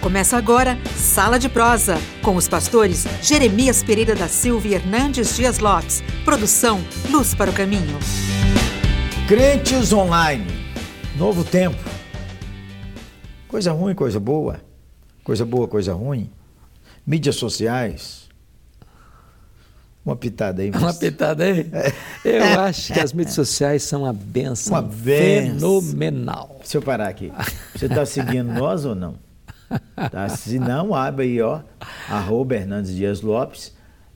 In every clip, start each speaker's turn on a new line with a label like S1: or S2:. S1: Começa agora Sala de Prosa, com os pastores Jeremias Pereira da Silva e Hernandes Dias Lopes. Produção Luz para o Caminho.
S2: Crentes online, novo tempo. Coisa ruim, coisa boa. Coisa boa, coisa ruim. Mídias sociais. Uma pitada aí,
S3: Uma
S2: mas
S3: pitada aí? Eu acho que as mídias sociais são uma benção
S2: É. Uma benção.
S3: fenomenal.
S2: Deixa eu parar aqui. Você tá seguindo nós ou não? Tá? Se não, abre aí, ó. Arroba Hernandes Dias Lopes,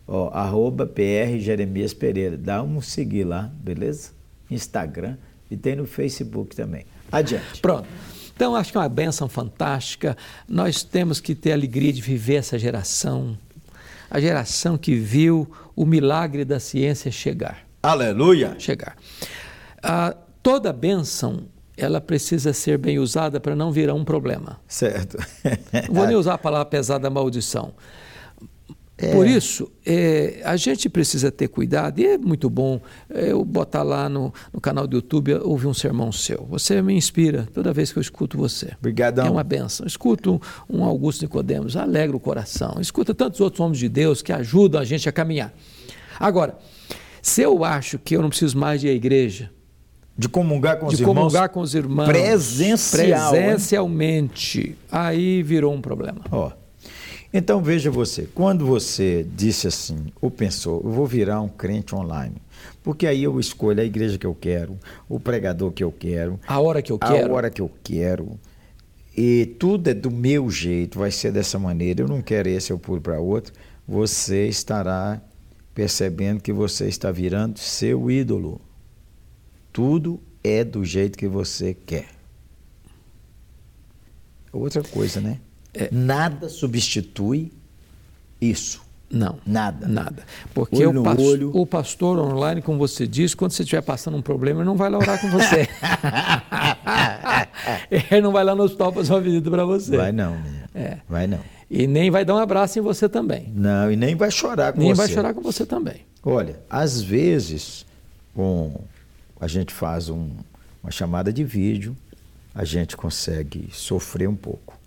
S2: ó, arroba PR Jeremias Pereira. Dá um seguir lá, beleza? Instagram e tem no Facebook também. Adiante.
S3: Pronto. Então, acho que é uma benção fantástica. Nós temos que ter a alegria de viver essa geração. A geração que viu o milagre da ciência chegar.
S2: Aleluia!
S3: chegar. Ah, toda benção, ela precisa ser bem usada para não virar um problema.
S2: Certo.
S3: Não
S2: É.
S3: vou nem usar a palavra pesada maldição. Por isso, é, a gente precisa ter cuidado, e é muito bom é, eu botar lá no, no canal do YouTube, ouvir um sermão seu. Você me inspira toda vez que eu escuto você.
S2: Obrigadão.
S3: É uma benção. Escuta um, um Augusto Nicodemos, alegra o coração. Escuta tantos outros homens de Deus que ajudam a gente a caminhar. Agora, se eu acho que eu não preciso mais de ir à igreja,
S2: De comungar com os
S3: de
S2: irmãos.
S3: comungar com os irmãos
S2: Presencial, hein?
S3: presencialmente, aí virou um problema.
S2: Ó, então veja você, quando você disse assim, ou pensou, eu vou virar um crente online, porque aí eu escolho a igreja que eu quero, o pregador que eu quero,
S3: A hora que eu
S2: a
S3: quero.
S2: hora que eu quero, e tudo é do meu jeito, vai ser dessa maneira, eu não quero esse, eu pulo para outro, você estará percebendo que você está virando seu ídolo. Tudo é do jeito que você quer. Outra coisa, né?
S3: É.
S2: Nada substitui isso.
S3: Não.
S2: Nada.
S3: Nada. Porque
S2: Olho
S3: o,
S2: no
S3: pas-
S2: olho.
S3: o pastor online, como você diz, quando você estiver passando um problema, ele não vai lá orar com você. ele não vai lá no hospital fazer uma visita para você.
S2: Vai não, menino.
S3: É.
S2: Vai não.
S3: E nem vai dar um abraço em você também.
S2: Não, e nem vai chorar com
S3: Nem
S2: você.
S3: vai chorar com você também.
S2: Olha, às vezes com- a gente faz um- uma chamada de vídeo, a gente consegue sofrer um pouco.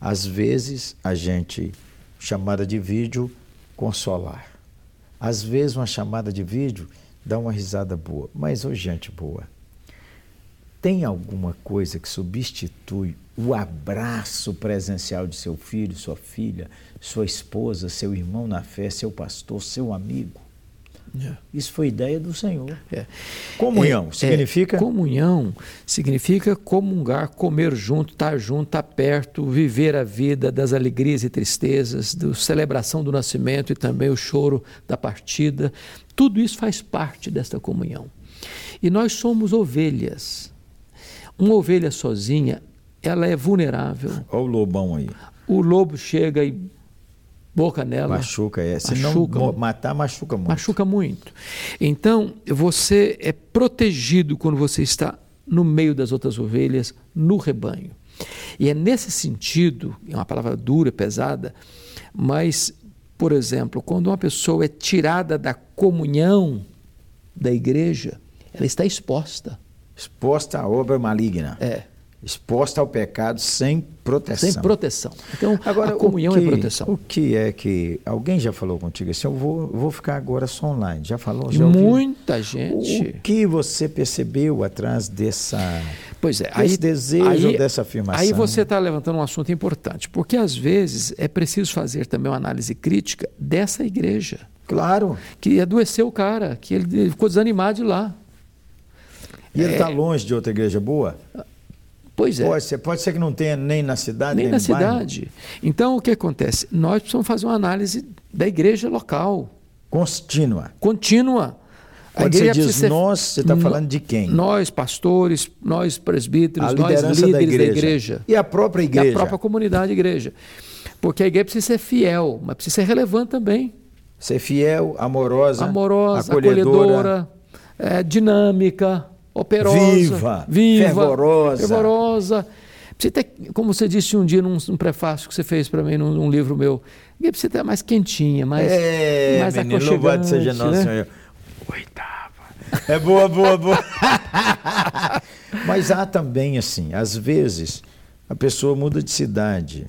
S2: Às vezes a gente, chamada de vídeo, consolar. Às vezes uma chamada de vídeo dá uma risada boa. Mas, ô gente boa, tem alguma coisa que substitui o abraço presencial de seu filho, sua filha, sua esposa, seu irmão na fé, seu pastor, seu amigo? Isso foi ideia do Senhor.
S3: É.
S2: Comunhão
S3: É, é,
S2: significa
S3: comunhão significa comungar, comer junto, estar junto, estar perto, viver a vida das alegrias e tristezas, da celebração do nascimento e também o choro da partida. Tudo isso faz parte desta comunhão. E nós somos ovelhas. Uma ovelha sozinha, ela é vulnerável.
S2: Olha o lobão aí.
S3: O lobo chega e boca nela.
S2: Machuca, é. Se não
S3: Machuca.
S2: mo- matar, machuca muito.
S3: Machuca muito. Então, você é protegido quando você está no meio das outras ovelhas, no rebanho. E é nesse sentido, é uma palavra dura, pesada, mas, por exemplo, quando uma pessoa é tirada da comunhão da igreja, ela está exposta.
S2: Exposta à obra maligna.
S3: É.
S2: Exposta ao pecado sem proteção.
S3: Sem proteção. Então,
S2: Agora,
S3: a comunhão
S2: o que,
S3: é proteção.
S2: O que é que. Alguém já falou contigo assim? Eu vou, eu vou ficar agora só online. Já falou? Já ouviu?
S3: Muita
S2: é O
S3: gente.
S2: que você percebeu atrás dessa.
S3: Pois é,
S2: Desse desejo dessa afirmação,
S3: Aí
S2: né?
S3: você está levantando um assunto importante, porque às vezes é preciso fazer também uma análise crítica dessa igreja,
S2: Claro.
S3: que adoeceu o cara, que ele ficou desanimado de lá.
S2: E ele
S3: É.
S2: está longe de outra igreja boa?
S3: Pois é,
S2: Pode, ser, pode ser que não tenha nem na cidade, nem,
S3: nem na
S2: no bairro.
S3: cidade. Então o que acontece? Nós precisamos fazer uma análise da igreja local,
S2: Contínua.
S3: contínua. A
S2: Quando você
S3: igreja
S2: diz
S3: precisa ser-
S2: nós, você está falando de quem?
S3: Nós, pastores, nós, presbíteros,
S2: A
S3: nós,
S2: liderança
S3: líderes
S2: da igreja. E a própria
S3: E
S2: igreja.
S3: a própria comunidade, igreja. Porque a igreja precisa ser fiel, mas precisa ser relevante também.
S2: Ser fiel, amorosa,
S3: Amorosa,
S2: acolhedora.
S3: acolhedora, é, dinâmica, operosa.
S2: Viva,
S3: viva
S2: fervorosa.
S3: fervorosa. Precisa ter, como você disse um dia num, num prefácio que você fez para mim, num, num livro meu, a igreja precisa ter mais quentinha, mais,
S2: É,
S3: mais
S2: menino, louvado seja
S3: aconchegante,
S2: nosso
S3: né?
S2: Senhor. Oitava. É boa, boa, boa. Mas há também, assim, às vezes a pessoa muda de cidade,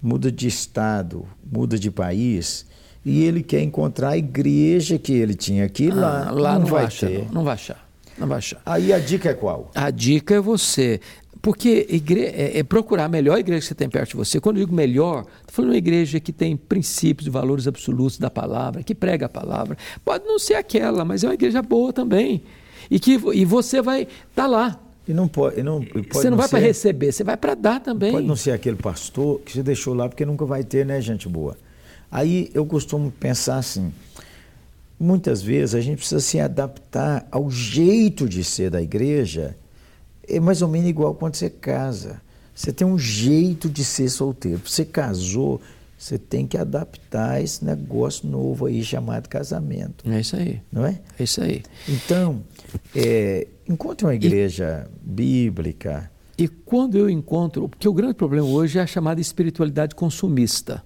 S2: muda de estado, muda de país, e ele quer encontrar a igreja que ele tinha aqui lá.
S3: Ah, lá não,
S2: vai
S3: vai achar,
S2: ter.
S3: Não, não vai achar. Não vai achar.
S2: Aí a dica é qual?
S3: A dica é você. Porque igre- é, é procurar a melhor igreja que você tem perto de você. Quando eu digo melhor, estou falando de uma igreja que tem princípios e valores absolutos da palavra, que prega a palavra. Pode não ser aquela, mas é uma igreja boa também. E, que, vo- e você vai estar lá.
S2: E não pode, e não, e pode
S3: você não, vai para
S2: ser-
S3: receber, você vai para dar também.
S2: Pode não ser aquele pastor que você deixou lá porque nunca vai ter, né, gente boa? Aí eu costumo pensar assim: muitas vezes a gente precisa se adaptar ao jeito de ser da igreja. É mais ou menos igual quando você casa. Você tem um jeito de ser solteiro. Você casou, você tem que adaptar esse negócio novo aí chamado casamento,
S3: É isso aí.
S2: não é?
S3: É isso aí.
S2: Então, é, encontre uma igreja bíblica.
S3: E quando eu encontro, porque o grande problema hoje é a chamada espiritualidade consumista.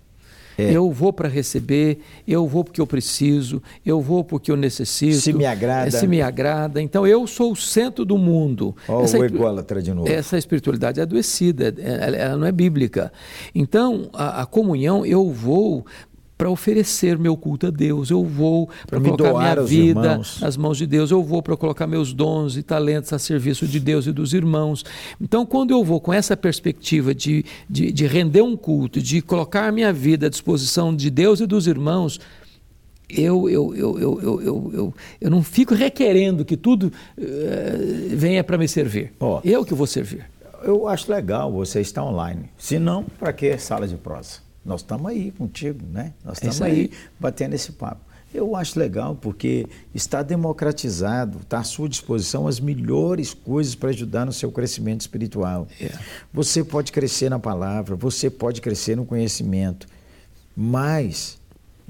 S2: É.
S3: Eu vou para receber, eu vou porque eu preciso, eu vou porque eu necessito.
S2: Se me agrada.
S3: eh, Se me agrada. Então eu sou o centro do mundo.
S2: Ó,
S3: Essa
S2: o
S3: espir-
S2: ególatra de novo.
S3: Essa espiritualidade é adoecida, é- ela ela não é bíblica. Então a, a comunhão eu vou para oferecer meu culto a Deus, eu vou para
S2: me
S3: colocar
S2: doar
S3: minha
S2: aos
S3: vida,
S2: irmãos.
S3: nas mãos de Deus, eu vou para colocar meus dons e talentos a serviço de Deus e dos irmãos. Então, quando eu vou com essa perspectiva de, de, de render um culto, de colocar minha vida à disposição de Deus e dos irmãos, eu, eu, eu, eu, eu, eu, eu, eu não fico requerendo que tudo eh, venha para me servir.
S2: Ó.
S3: Eu que vou servir.
S2: Eu acho legal você estar online. Se não, para que sala de prosa? Nós estamos aí contigo, né? Nós
S3: É isso
S2: estamos aí
S3: aí.
S2: batendo esse papo. Eu acho legal porque está democratizado, está à sua disposição as melhores coisas para ajudar no seu crescimento espiritual.
S3: É.
S2: Você pode crescer na palavra, você pode crescer no conhecimento, mas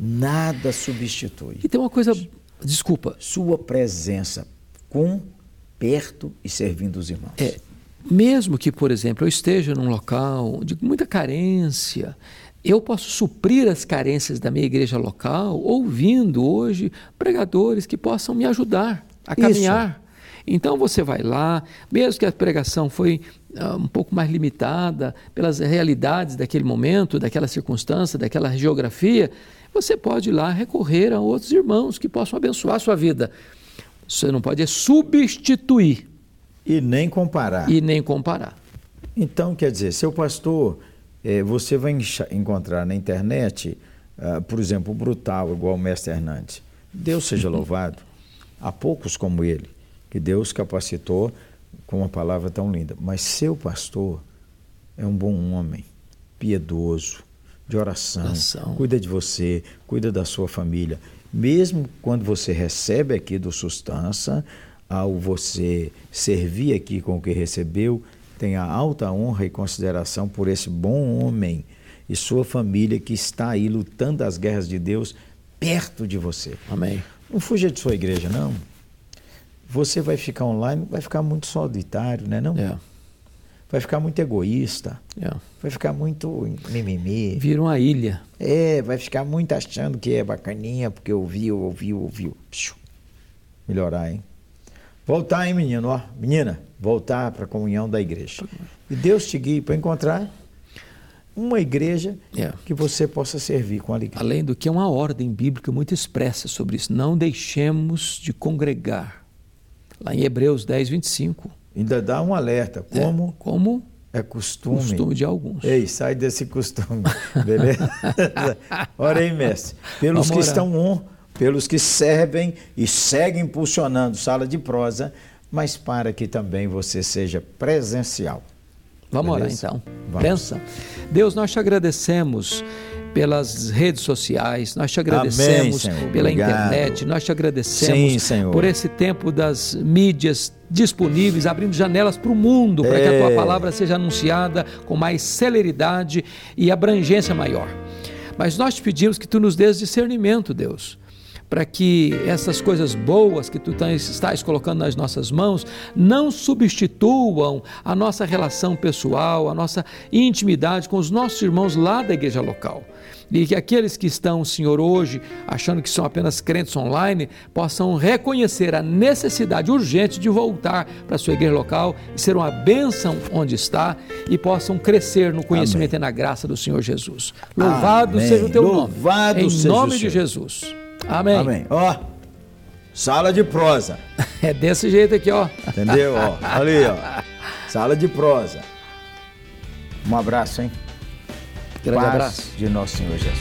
S2: nada substitui
S3: E tem uma coisa, desculpa,
S2: sua presença com, perto e servindo os irmãos.
S3: É, mesmo que, por exemplo, eu esteja num local de muita carência, eu posso suprir as carências da minha igreja local ouvindo hoje pregadores que possam me ajudar a
S2: Isso.
S3: caminhar. Então você vai lá, mesmo que a pregação foi ah, um pouco mais limitada pelas realidades daquele momento, daquela circunstância, daquela geografia, você pode ir lá recorrer a outros irmãos que possam abençoar a sua vida. Você não pode é substituir
S2: E nem comparar.
S3: e nem comparar.
S2: Então, quer dizer, seu pastor, eh, você vai encha- encontrar na internet, ah, por exemplo, o brutal, igual o mestre Hernandes. Deus seja louvado. Há poucos como ele, que Deus capacitou com uma palavra tão linda. Mas seu pastor é um bom homem, piedoso, de oração,
S3: Oração.
S2: cuida de você, cuida da sua família. Mesmo quando você recebe aqui do Sustança, ao você servir aqui com o que recebeu, tenha alta honra e consideração por esse bom homem e sua família que está aí lutando as guerras de Deus perto de você.
S3: Amém.
S2: Não fuja de sua igreja, não. Você vai ficar online, vai ficar muito solitário, né? Não?
S3: É,
S2: Vai ficar muito egoísta,
S3: é.
S2: vai ficar muito mimimi.
S3: Vira uma ilha.
S2: É, vai ficar muito achando que é bacaninha, porque ouviu, ouviu, ouviu. Psiu. Melhorar, hein? Voltar, hein, menino? Ó, menina, voltar para a comunhão da igreja. E Deus te guie para encontrar uma igreja
S3: É.
S2: que você possa servir com alegria.
S3: Além do que é uma ordem bíblica muito expressa sobre isso. Não deixemos de congregar. Lá em Hebreus 10, 25.
S2: Ainda dá um alerta,
S3: É,
S2: como
S3: como
S2: é costume.
S3: costume de alguns.
S2: Ei, sai desse costume, beleza? Ora aí, mestre. Pelos
S3: Vamos
S2: que
S3: orar.
S2: estão on, pelos que servem e seguem impulsionando sala de prosa, mas para que também você seja presencial.
S3: Vamos
S2: Beleza?
S3: orar então.
S2: Vamos.
S3: Pensa. Deus, nós te agradecemos pelas redes sociais, nós te agradecemos
S2: Senhor.
S3: pela
S2: Obrigado.
S3: internet, nós te agradecemos
S2: Sim, Senhor.
S3: por esse tempo das mídias disponíveis, abrindo janelas para o mundo, para que a tua
S2: É.
S3: palavra seja anunciada com mais celeridade e abrangência maior. Mas nós te pedimos que tu nos dês discernimento, Deus, para que essas coisas boas que tu tens, estás colocando nas nossas mãos não substituam a nossa relação pessoal, a nossa intimidade com os nossos irmãos lá da igreja local. E que aqueles que estão, Senhor, hoje achando que são apenas crentes online, possam reconhecer a necessidade urgente de voltar para a sua igreja local e ser uma bênção onde está e possam crescer no conhecimento
S2: Amém.
S3: e na graça do Senhor Jesus. Louvado
S2: Amém.
S3: seja o teu
S2: Louvado
S3: nome.
S2: seja
S3: em
S2: o
S3: nome de
S2: Senhor.
S3: Jesus. Amém.
S2: Amém. Ó, sala de prosa,
S3: É desse jeito aqui, ó.
S2: entendeu? Ó, ali, ó, sala de prosa. Um abraço, hein?
S3: Grande
S2: Paz
S3: abraço.
S2: de nosso Senhor Jesus.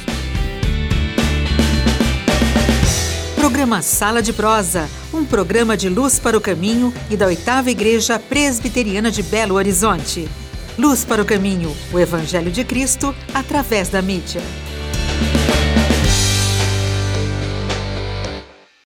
S1: Programa Sala de Prosa, um programa de luz para o caminho e da oitava Igreja Presbiteriana de Belo Horizonte. Luz para o caminho, o Evangelho de Cristo através da mídia.